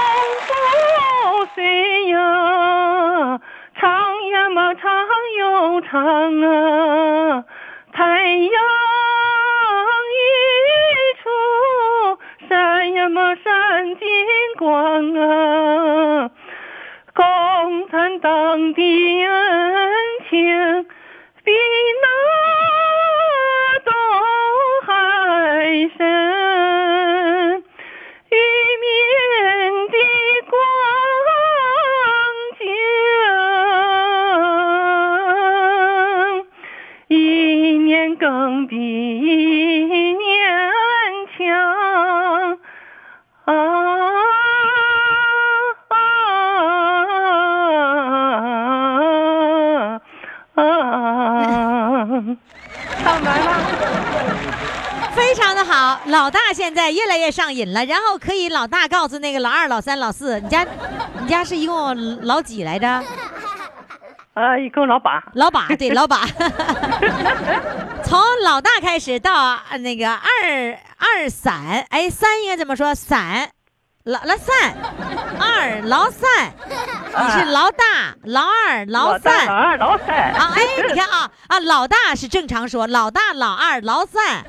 I: 红湖水呀，长呀嘛长又长啊，太阳一出，闪呀嘛闪金光啊，共产党的恩情比那东海深。渔民的光景，一年更比一年强。啊啊啊！唱完了。
A: 非常的好，老大现在越来越上瘾了，然后可以老大告诉那个老二、老三、老四，你家，你家是一共老几来着？
I: 啊，一共老板。
A: 老把，对，老
I: [laughs]
A: 把。从老大开始到呃那个二二散，哎，三应该怎么说？散，老老散，二老三，你是老大、老二、老
I: 大
A: 三
I: 老。二、老三。
A: 啊，哎，你看啊啊，老大是正常说，老大、老二、老三。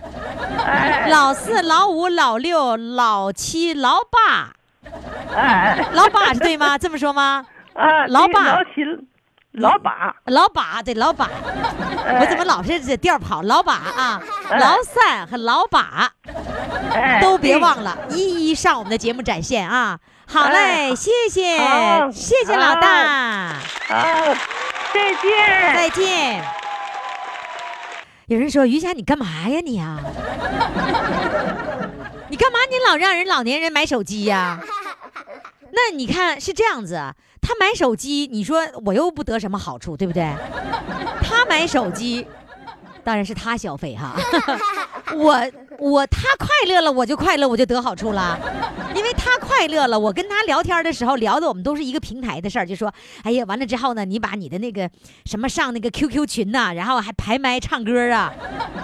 I: 哎
A: 老四、老五、老六、老七、老八，
I: 哎
A: 老八是对吗？
I: [laughs]
A: 这么说吗？
I: 啊，
A: 老
I: 这个
A: 板
I: 老秦，老板，
A: 老八对老八，我怎么老是这调跑？老八啊，老三和老八
I: 哎，
A: 都别
I: 对。
A: 忘了，一一上我们的节目展现啊！好嘞，
I: 哎
A: 谢谢，
I: 好哎
A: 谢谢老大，
I: 啊，再见。
A: 再见。有人说于霞，你干嘛呀你啊？ [laughs] 你干嘛你老让人老年人买手机呀、那你看是这样子，他买手机，你说我又不得什么好处，对不对？他买手机，当然是他消费哈。 [laughs] 我我他快乐了，我就快乐，我就得好处了，因为他快乐了。我跟他聊天的时候聊的，我们都是一个平台的事儿，就说，哎呀，完了之后呢，你把你的那个什么上那个 QQ 群呐、然后还排麦唱歌啊，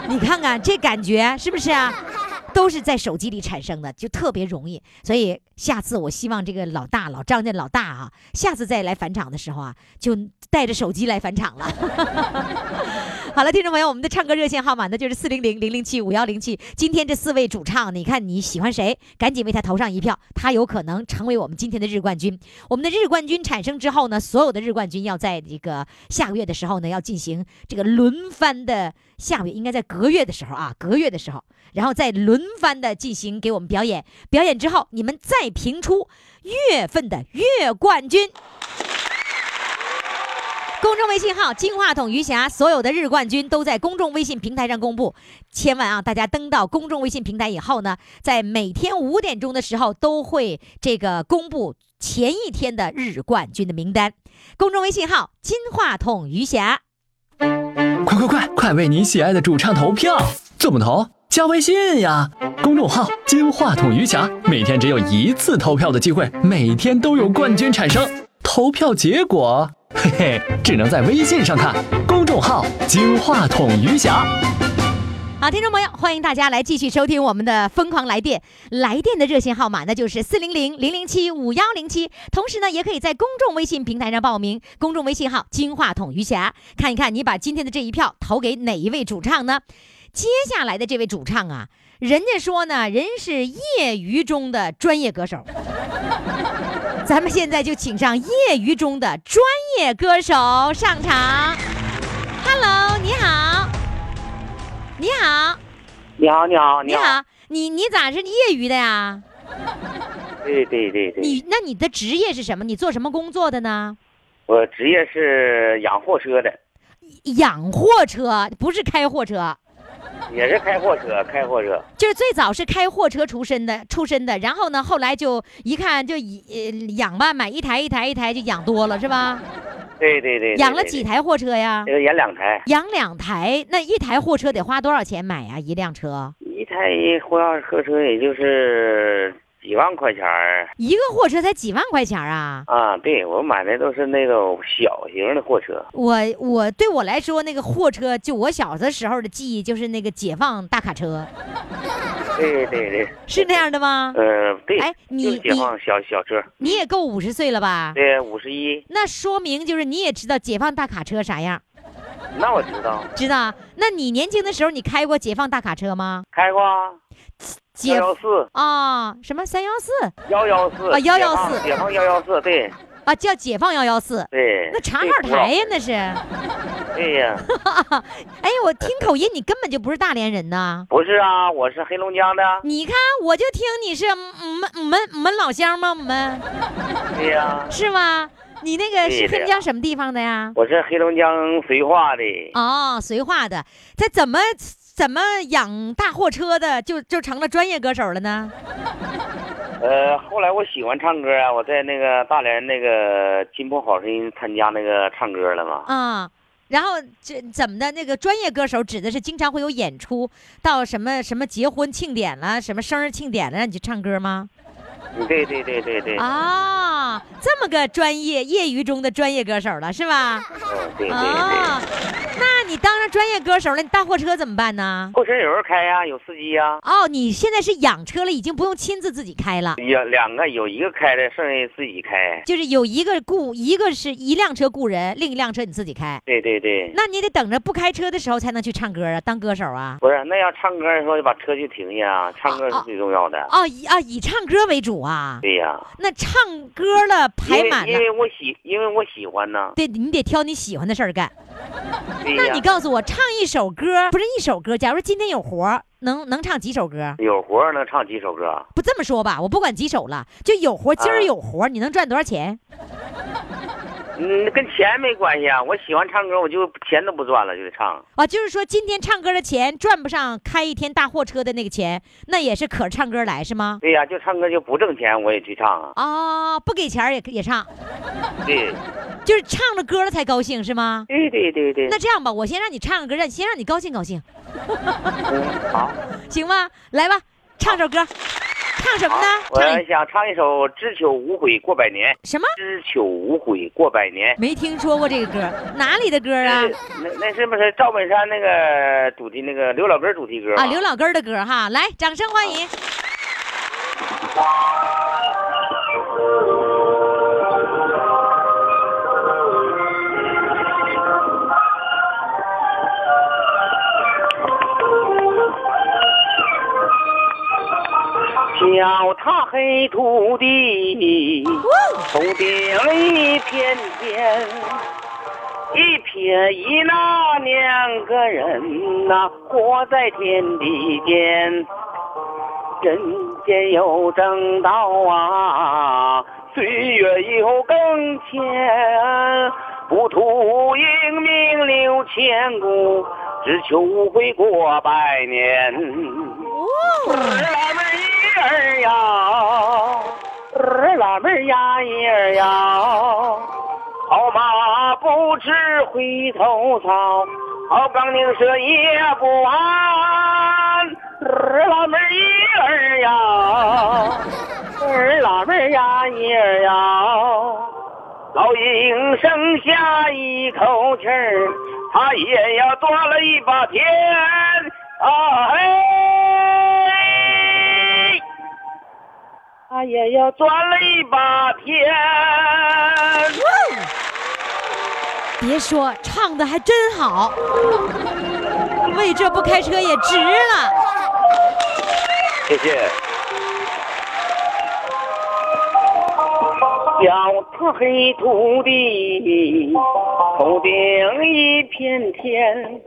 A: 你看看这感觉是不是啊？都是在手机里产生的，就特别容易。所以下次我希望这个老大老张家老大啊，下次再来返场的时候啊，就带着手机来返场了。 [laughs] 好了，听众朋友，我们的唱歌热线号码呢就是四零零零零七五幺零七。今天这四位主唱，你看你喜欢谁，赶紧为他投上一票，他有可能成为我们今天的日冠军。我们的日冠军产生之后呢，所有的日冠军要在这个下个月的时候呢，要进行这个轮番的，下个月应该在隔月的时候啊，隔月的时候，然后再轮番的进行给我们表演。表演之后，你们再评出月份的月冠军。公众微信号“金话筒余霞”，所有的日冠军都在公众微信平台上公布。千万啊，大家登到公众微信平台以后呢，在每天五点钟的时候都会这个公布前一天的日冠军的名单。公众微信号“金话筒余霞
C: 快快快，快为你喜爱的主唱投票！怎么投？加微信呀，公众号“金话筒余霞”，每天只有一次投票的机会，每天都有冠军产生。投票结果，嘿嘿，只能在微信上看。公众号“金话筒余霞”。”。
A: 好，听众朋友，欢迎大家来继续收听我们的《疯狂来电》，来电的热线号码那就是四零零零零七五幺零七。同时呢，也可以在公众微信平台上报名，公众微信号“金话筒余霞”，看一看你把今天的这一票投给哪一位主唱呢？接下来的这位主唱啊，人家说呢，人是业余中的专业歌手。咱们现在就请上业余中的专业歌手上场。Hello，你好，你好，
J: 你好，你好，
A: 你好，你你咋是业余的呀？
J: 对对对对，
A: 你那你的职业是什么？你做什么工作的呢？
J: 我职业是养货车的，
A: 养货车，不是开货车，
J: 也是开货车，开货车。
A: 就是最早是开货车出身的，出身的。然后呢，后来就一看就以呃养吧，买一台一台一台就养多了是吧？
J: 对对对，对
A: 养了
J: 对
A: 几
J: 对
A: 台货车呀？
J: 呃，养两台，
A: 养两台，那一台货车得花多少钱买呀？一辆车，
J: 一台货客车也就是几万块钱儿
A: 一个货车才几万块钱啊！
J: 啊。对我买的都是那种小型的货车，
A: 我我对我来说，那个货车就我小的时候的记忆就是那个解放大卡车，
J: 对对对，
A: 是那样的吗？
J: 呃，对，
A: 哎你
J: 就是解放小小车，
A: 你也够五十岁了吧？
J: 对，五十一，
A: 那说明就是你也知道解放大卡车啥样，
J: 那我知道，
A: 知道啊？那你年轻的时候你开过解放大卡车吗？
J: 开过啊幺
A: 解
J: 幺四
A: 啊、什么三幺四
J: 幺幺四
A: 啊114
J: 解放幺幺四，对
A: 啊，叫解放幺幺四，
J: 对，
A: 那查
J: 最
A: 号
J: 古老
A: 台呀，那是。
J: 对呀，
A: 哎，我听口音，你根本就不是大连人呐。
J: 不是啊，我是黑龙江的，
A: 你看，我就听你是我们我们我们老乡吗？我们
J: 对呀，
A: 是吗？你那个是
J: 对的
A: 黑龙江什么地方的呀？
J: 我是黑龙江绥化的，
A: 哦，绥化的。这怎么怎么养大货车的，就就成了专业歌手了呢？
J: 呃，后来我喜欢唱歌啊，我在那个大连那个金鹏好声音参加那个唱歌了嘛。
A: 啊、然后这怎么的？那个专业歌手指的是经常会有演出，到什么什么结婚庆典了，什么生日庆典了，让你去唱歌吗？
J: 对对对对对，嗯、
A: 啊、这么个专业业余中的专业歌手了，是吧？
J: 对对对。
A: 啊，那你当上专业歌手了，你大货车怎么办呢？
J: 货车有人开呀、有司机呀、
A: 哦，你现在是养车了，已经不用亲自自己开了，
J: 有两个，有一个开的，剩下自己开。
A: 就是有一个雇，一个是一辆车雇人，另一辆车你自己开。
J: 对对对，
A: 那你得等着不开车的时候才能去唱歌啊，当歌手啊。
J: 不是那要唱歌的时候就把车就停下，唱歌是最重要的。
A: 哦，以啊以唱歌为主啊，
J: 对呀、
A: 那唱歌了
J: 因
A: 排
J: 为
A: 满
J: 因
A: 了，
J: 为我喜，因为我喜欢呢。
A: 对你得挑你喜欢的事儿干。
J: 对
A: 那
J: 呀、
A: 你告诉我，唱一首歌不是一首歌，假如今天有活儿，能能唱几首歌？
J: 有活儿能唱几首歌？
A: 不这么说吧，我不管几首了，就有活儿，今儿
J: 啊
A: 有活儿，你能赚多少钱？
J: 嗯，跟钱没关系啊。我喜欢唱歌，我就钱都不赚了，就得唱。
A: 啊，就是说今天唱歌的钱赚不上开一天大货车的那个钱，那也是可着唱歌来是吗？
J: 对呀、就唱歌就不挣钱，我也去唱啊。
A: 啊、不给钱儿也也唱，
J: 对，
A: 就是唱了歌了才高兴是吗？
J: [laughs] 对对对对。
A: 那这样吧，我先让你唱个歌，让先让你高兴高兴，
J: 嗯好，
A: 行吗？来吧，唱首歌，唱什么呢？
K: 我
A: 唱一
K: 想唱一首《知秋无悔过百年》，
A: 什么？
K: 知秋无悔过百年。
A: 没听说过这个歌，哪里的歌啊？
K: 那那是不是赵本山那个主题那个刘老根主题歌
A: 啊，刘老根儿的歌哈，来，掌声欢迎。
K: 脚踏黑土地，头顶一片天，一撇一捺两个人呐、活在天地间。人间有正道啊，岁月有更迁，不图英名留千古，只求无悔过百年。日拉妹儿一儿摇，日拉妹儿呀一儿摇，好马不吃回头草，好钢钉舌也不弯。日拉妹儿一儿摇，日拉妹儿呀一儿摇。老鹰剩下一口气儿，它也要多了一把天啊嘿，它也要多了一把天。
A: 别说，唱的还真好，为这不开车也值了。
K: 谢谢。脚踏黑土地，头顶一片天，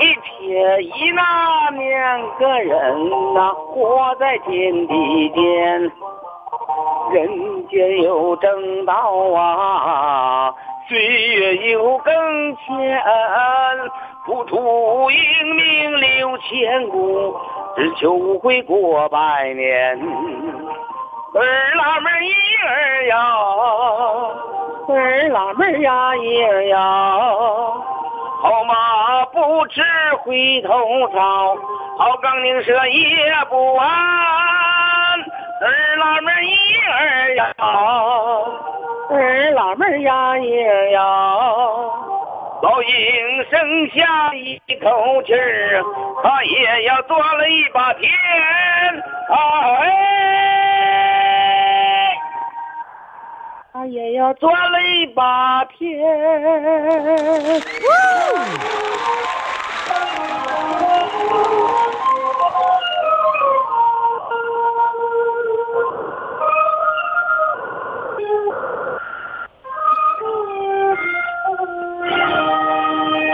K: 一撇一捺两个人呐、活在天地间。人间有正道啊，岁月有更迁，不图英名留千古，只求无悔过百年。儿拉妹儿一儿摇，儿拉妹儿呀一儿摇，好马不吃回头草，好钢钉舌也不弯。儿拉妹儿一儿摇，儿拉妹儿呀一儿摇。老鹰剩下一口气儿，它也要多了一把天。啊哎，它也要多了一把天。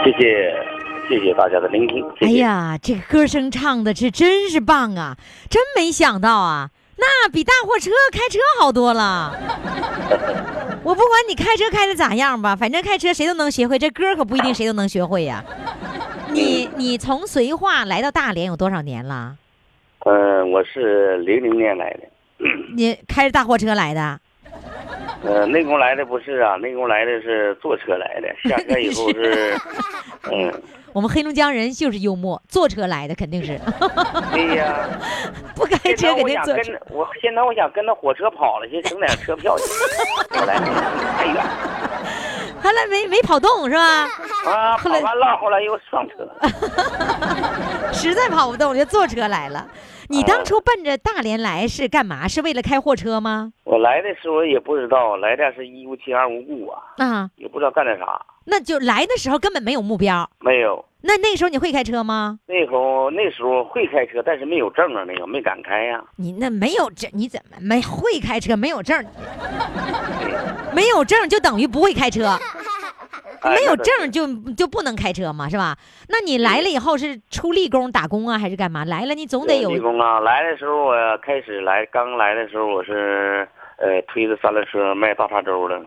K: 谢谢，谢谢大家的聆听。谢
A: 哎
K: 谢。
A: 呀，这个歌声唱的是真是棒啊，真没想到啊，那比大货车开车好多
K: [laughs]
A: 了。我不管你开车开的咋样吧，反正开车谁都能学会，这歌可不一定谁都能学会呀、你你从绥化来到大连有多少年了？
K: 嗯、我是零零年来的。
A: 你开着大货车来的？
K: 呃，内功来的不是啊，内功来的是坐车来的，下车以
A: [laughs]
K: 后是，嗯，
A: 我们黑龙江人就是幽默，坐车来的肯定是， [laughs]
K: 对呀。
A: 不开
K: 现
A: 车
K: 在
A: 肯
K: 我
A: 定
K: 想
A: 坐
K: 跟
A: 车。
K: 着我现在我想跟着火车跑了，先整点车票去。
A: [laughs]
K: 我来哎太远
A: 后来没没跑动是吧？
K: 啊，
A: 后
K: 跑
A: 来
K: 完了，后来又上车。
A: 实在跑不动，我就坐车来了。你
K: 啊
A: 当初奔着大连来是干嘛？是为了开货车吗？
K: 我来的时候也不知道，来的是一无亲二无故啊，
A: 啊，
K: 也不知道干点啥。
A: 那就来的时候根本没有目标。
K: 没有，
A: 那那时候你会开车吗？
K: 那会儿那时候会开车，但是没有证啊，那个没敢开呀、
A: 你那没有证，你怎么没会开车？没有证儿，
K: [laughs]
A: 没有证儿就等于不会开车，
K: 哎
A: 没有
K: 那倒
A: 证儿
K: 是
A: 就就不能开车嘛，是吧？那你来了以后是出力工打工啊，还是干嘛？来了你总得
K: 呃立
A: 有
K: 功啊！来的时候我开始来，刚来的时候我是呃推着三轮车卖大碴粥的，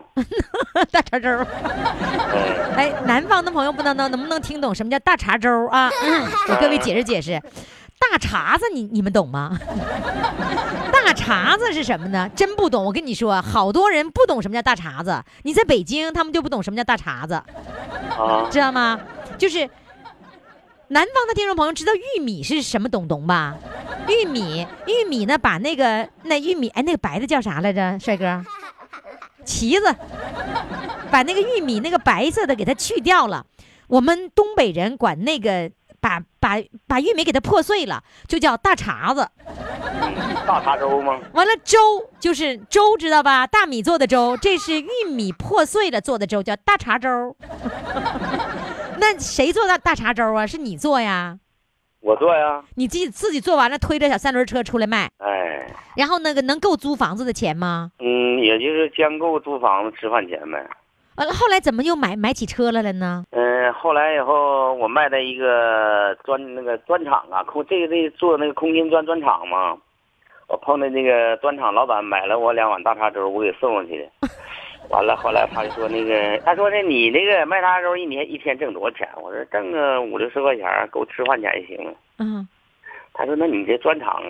A: 大碴粥儿。
K: 嗯，
A: 哎，南方的朋友不能能能不能听懂什么叫大碴粥啊？给各位解释解释，大碴子你你们懂吗？大碴子是什么呢？真不懂。我跟你说，好多人不懂什么叫大碴子。你在北京，他们就不懂什么叫大碴子，
K: 啊，
A: 知道吗？就是南方的听众朋友知道玉米是什么东东吧？玉米，玉米呢，把那个那玉米，哎，那个白的叫啥来着，帅哥？旗子，把那个玉米那个白色的给它去掉了。我们东北人管那个把把把玉米给它破碎了，就叫大碴子。
J: 大碴粥吗？
A: 完了粥就是粥，知道吧？大米做的粥，这是玉米破碎了做的粥，叫大碴粥。那谁做的大碴粥啊？是你做呀？
J: 我做呀，
A: 你自己自己做完了，推着小三轮车出来卖，
J: 哎，
A: 然后那个能够租房子的钱吗？
J: 嗯，也就是将够租房子、吃饭钱呗。
A: 完呃了，后来怎么又买买起车来了呢？
J: 嗯，后来以后我卖在一个砖那个砖厂啊，空这个这做那个空心砖砖厂嘛，我碰见那个砖厂老板买了我两碗大碴粥，我给送过去的。 [laughs] 完了，后来他就说那个，他说的你那个卖大碴粥一年一天挣多少钱？我说挣个五六十块钱够吃饭钱就行了。
A: 嗯，
J: 他说那你这砖厂，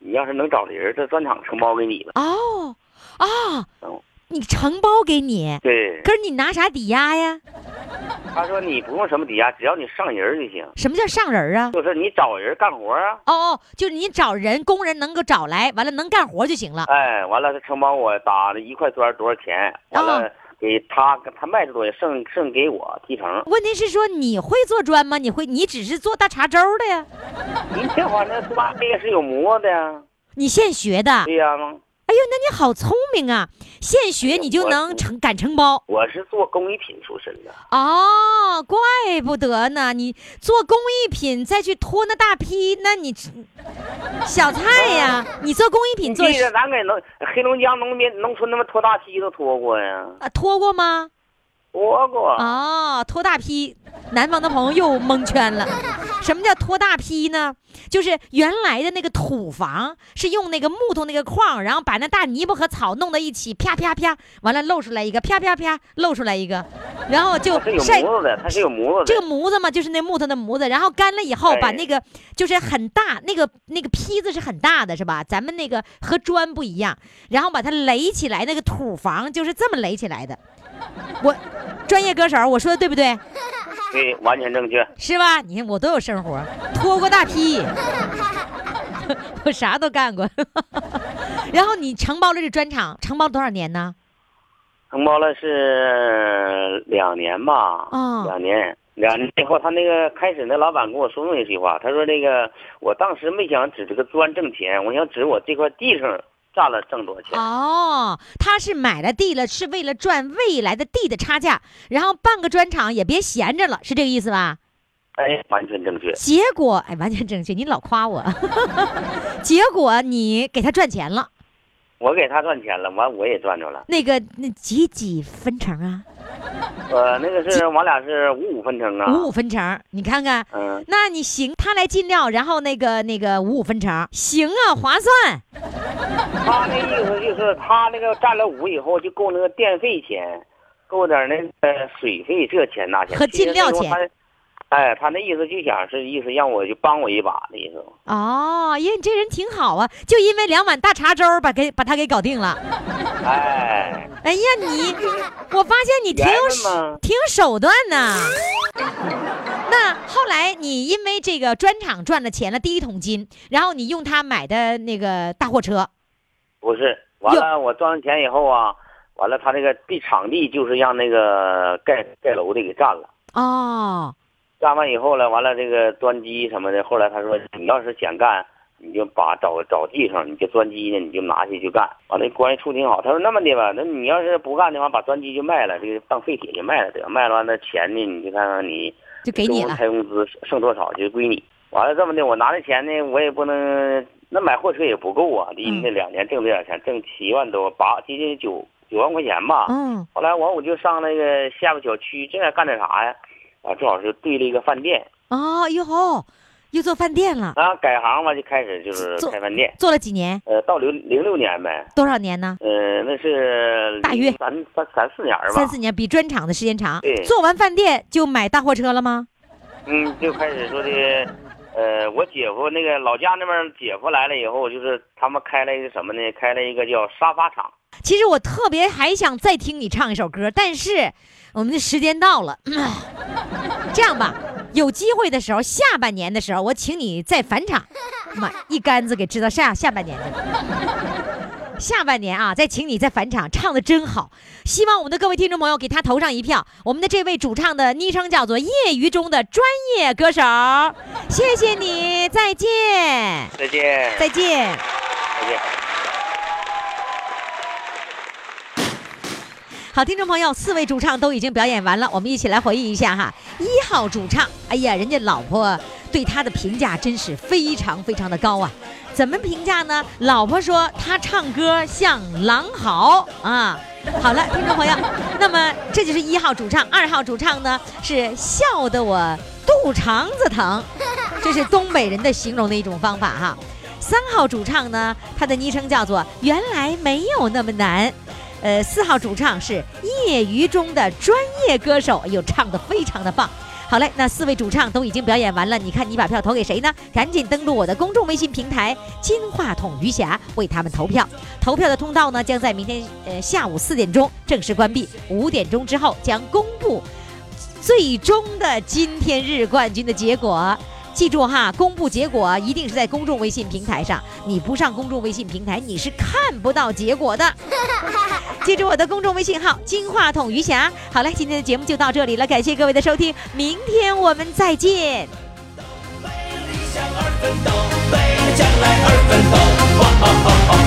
J: 你要是能找人，这砖厂承包给你了。
A: 哦，啊
J: 哦，
A: 你承包给你，
J: 对，
A: 可是你拿啥抵押呀？
J: 他说你不用什么抵押，只要你上人就行，
A: 什么叫上人啊？
J: 就是你找人干活啊。
A: 哦哦，就是你找人工人能够找来，完了能干活就行了。
J: 哎，完了，他承包我打了一块砖多少钱？完了
A: 啊
J: 给他，他卖的多少钱，剩剩给我提成。
A: 问题是说你会做砖吗？你会，你只是做大碴粥的呀？
J: 您这玩意儿他妈那个是有磨的呀， [laughs]
A: 你现学的？哎
J: 对呀吗？
A: 呦，那你好聪明啊！现学你就能承敢承包。
J: 我是做工艺品出身的，
A: 哦，怪不得呢！你做工艺品再去拖那大坯，那你小菜呀！你做工艺品做
J: 记着咱给农黑龙江农民农村他们拖大梯都拖过呀，
A: 啊拖过吗？
J: 拖过。
A: 哦，拖大坯，南方的朋友又蒙圈
J: [laughs]
A: 了。什么叫拖大坯呢？就是原来的那个土房是用那个木头那个框，然后把那大泥巴和草弄到一起，啪啪啪，完了露出来一个，啪啪啪露出来一个，然后就
J: 它是有
A: 晒
J: 模子的，它是有模子
A: 这
J: 的。
A: 个模子嘛，就是那木头的模子，然后干了以后，
J: 哎
A: 把那个就是很大，那个那个坯子是很大的，是吧？咱们那个和砖不一样，然后把它垒起来，那个土房就是这么垒起来的。我专业歌手，我说的对不对？
J: 对，完全正确。
A: 是吧？你看我都有生活，拖过大坯， [laughs] 我啥都干过。 [laughs] 然后你承包了这砖厂，承包多少年呢？
J: 承包了是两年吧，
A: 啊
J: 两年，两年以后，他那个开始那老板跟我说那一句话，他说那个我当时没想指这个砖挣钱，我想指我这块地上占了挣多少钱。
A: 哦，他是买了地了，是为了赚未来的地的差价，然后办个砖厂也别闲着了，是这个意思吧？
J: 哎，完全正确。
A: 结果，哎，完全正确，你老夸我。 [laughs] 结果你给他赚钱了，
J: 我给他赚钱了，完我也赚着了。
A: 那个那几几分成啊？
J: 呃，那个是我俩是五五分成啊。
A: 五五分成，你看看，
J: 嗯，
A: 那你行，他来进料，然后那个那个五五分成，行啊，划算。
J: 他那意思就是他那个占了五以后就够那个电费钱，够点那个水费这钱那钱
A: 和进料钱。
J: 其实那时候他哎，他那意思就想是意思让我就帮我一把的意思。
A: 哦，耶，你这人挺好啊，就因为两碗大碴粥把给把他给搞定了。 [laughs]
J: 哎，
A: 哎呀，
J: [laughs]
A: 你，我发现你挺
J: 缘
A: 有
J: 分
A: 手
J: 嘛
A: 挺有手段呐。 [laughs] 那后来你因为这个砖厂赚了钱了第一桶金，然后你用它买的那个大货车，
J: 不是，完了我赚完钱以后啊，完了他那个地场地就是让那个盖盖楼的给占了，
A: 哦，
J: 占完以后了，完了这个钻机什么的，后来他说你要是想干，你就把找找地方，你就钻机呢，你就拿去就干，完了关系处挺好。他说那么的吧，那你要是不干的话，把钻机就卖了，这个当废铁就卖了得，卖了完了钱呢，你就看看你
A: 就给你
J: 中午
A: 了。
J: 开工资剩多少就归你。完了这么的，我拿着钱呢，我也不能那买货车也不够啊。离
A: 嗯
J: 那两年挣这点钱，挣七万多，八接近九九万块钱吧。
A: 嗯，
J: 后来完我就上那个下边小区，这还干点啥呀？啊，正好是对了一个饭店
A: 哦，哟吼，又做饭店了，
J: 啊，改行嘛就开始就是
A: 做
J: 开饭店。
A: 做了几年？
J: 呃，到零零六年呗，
A: 多少年呢？
J: 呃，那是
A: 大约
J: 三三三四年吧，
A: 三四年，比砖厂的时间长
J: 对。
A: 做完饭店就买大货车了吗？
J: 嗯，就开始说的，呃，我姐夫那个老家那边姐夫来了以后，就是他们开了一个什么呢？开了一个叫沙发厂。
A: 其实我特别还想再 [clears throat] 听你唱一首歌，但是我们的时间到了。这样吧，有机会的时候，下半年的时候，我请你再返场。妈，一竿子给支到下下半年去了。下半年啊，再请你再返场，唱的真好。希望我们的各位听众朋友给他投上一票。我们的这位主唱的昵称叫做“业余中的专业歌手”，谢谢你，再见，
K: 再见。
A: 再见。好，听众朋友，四位主唱都已经表演完了，我们一起来回忆一下哈。一号主唱，哎呀，人家老婆对他的评价真是非常非常的高啊。怎么评价呢？老婆说他唱歌像狼嚎啊。好了，听众朋友，那么这就是一号主唱。二号主唱呢是笑得我肚肠子疼，这是东北人的形容的一种方法哈。三号主唱呢，他的昵称叫做“原来没有那么难”。呃，四号主唱是业余中的专业歌手，哎呦，唱得非常的棒。好嘞，那四位主唱都已经表演完了，你看你把票投给谁呢？赶紧登录我的公众微信平台“金话筒余霞”，为他们投票。投票的通道呢，将在明天呃下午四点钟正式关闭，五点钟之后将公布最终的今天日冠军的结果。记住哈，公布结果一定是在公众微信平台上，你不上公众微信平台，你是看不到结果的。记住我的公众微信号“金话筒余霞”。好了，今天的节目就到这里了，感谢各位的收听，明天我们再见。
L: 为理想而奋斗，为将来而奋斗，哇哦哦哦！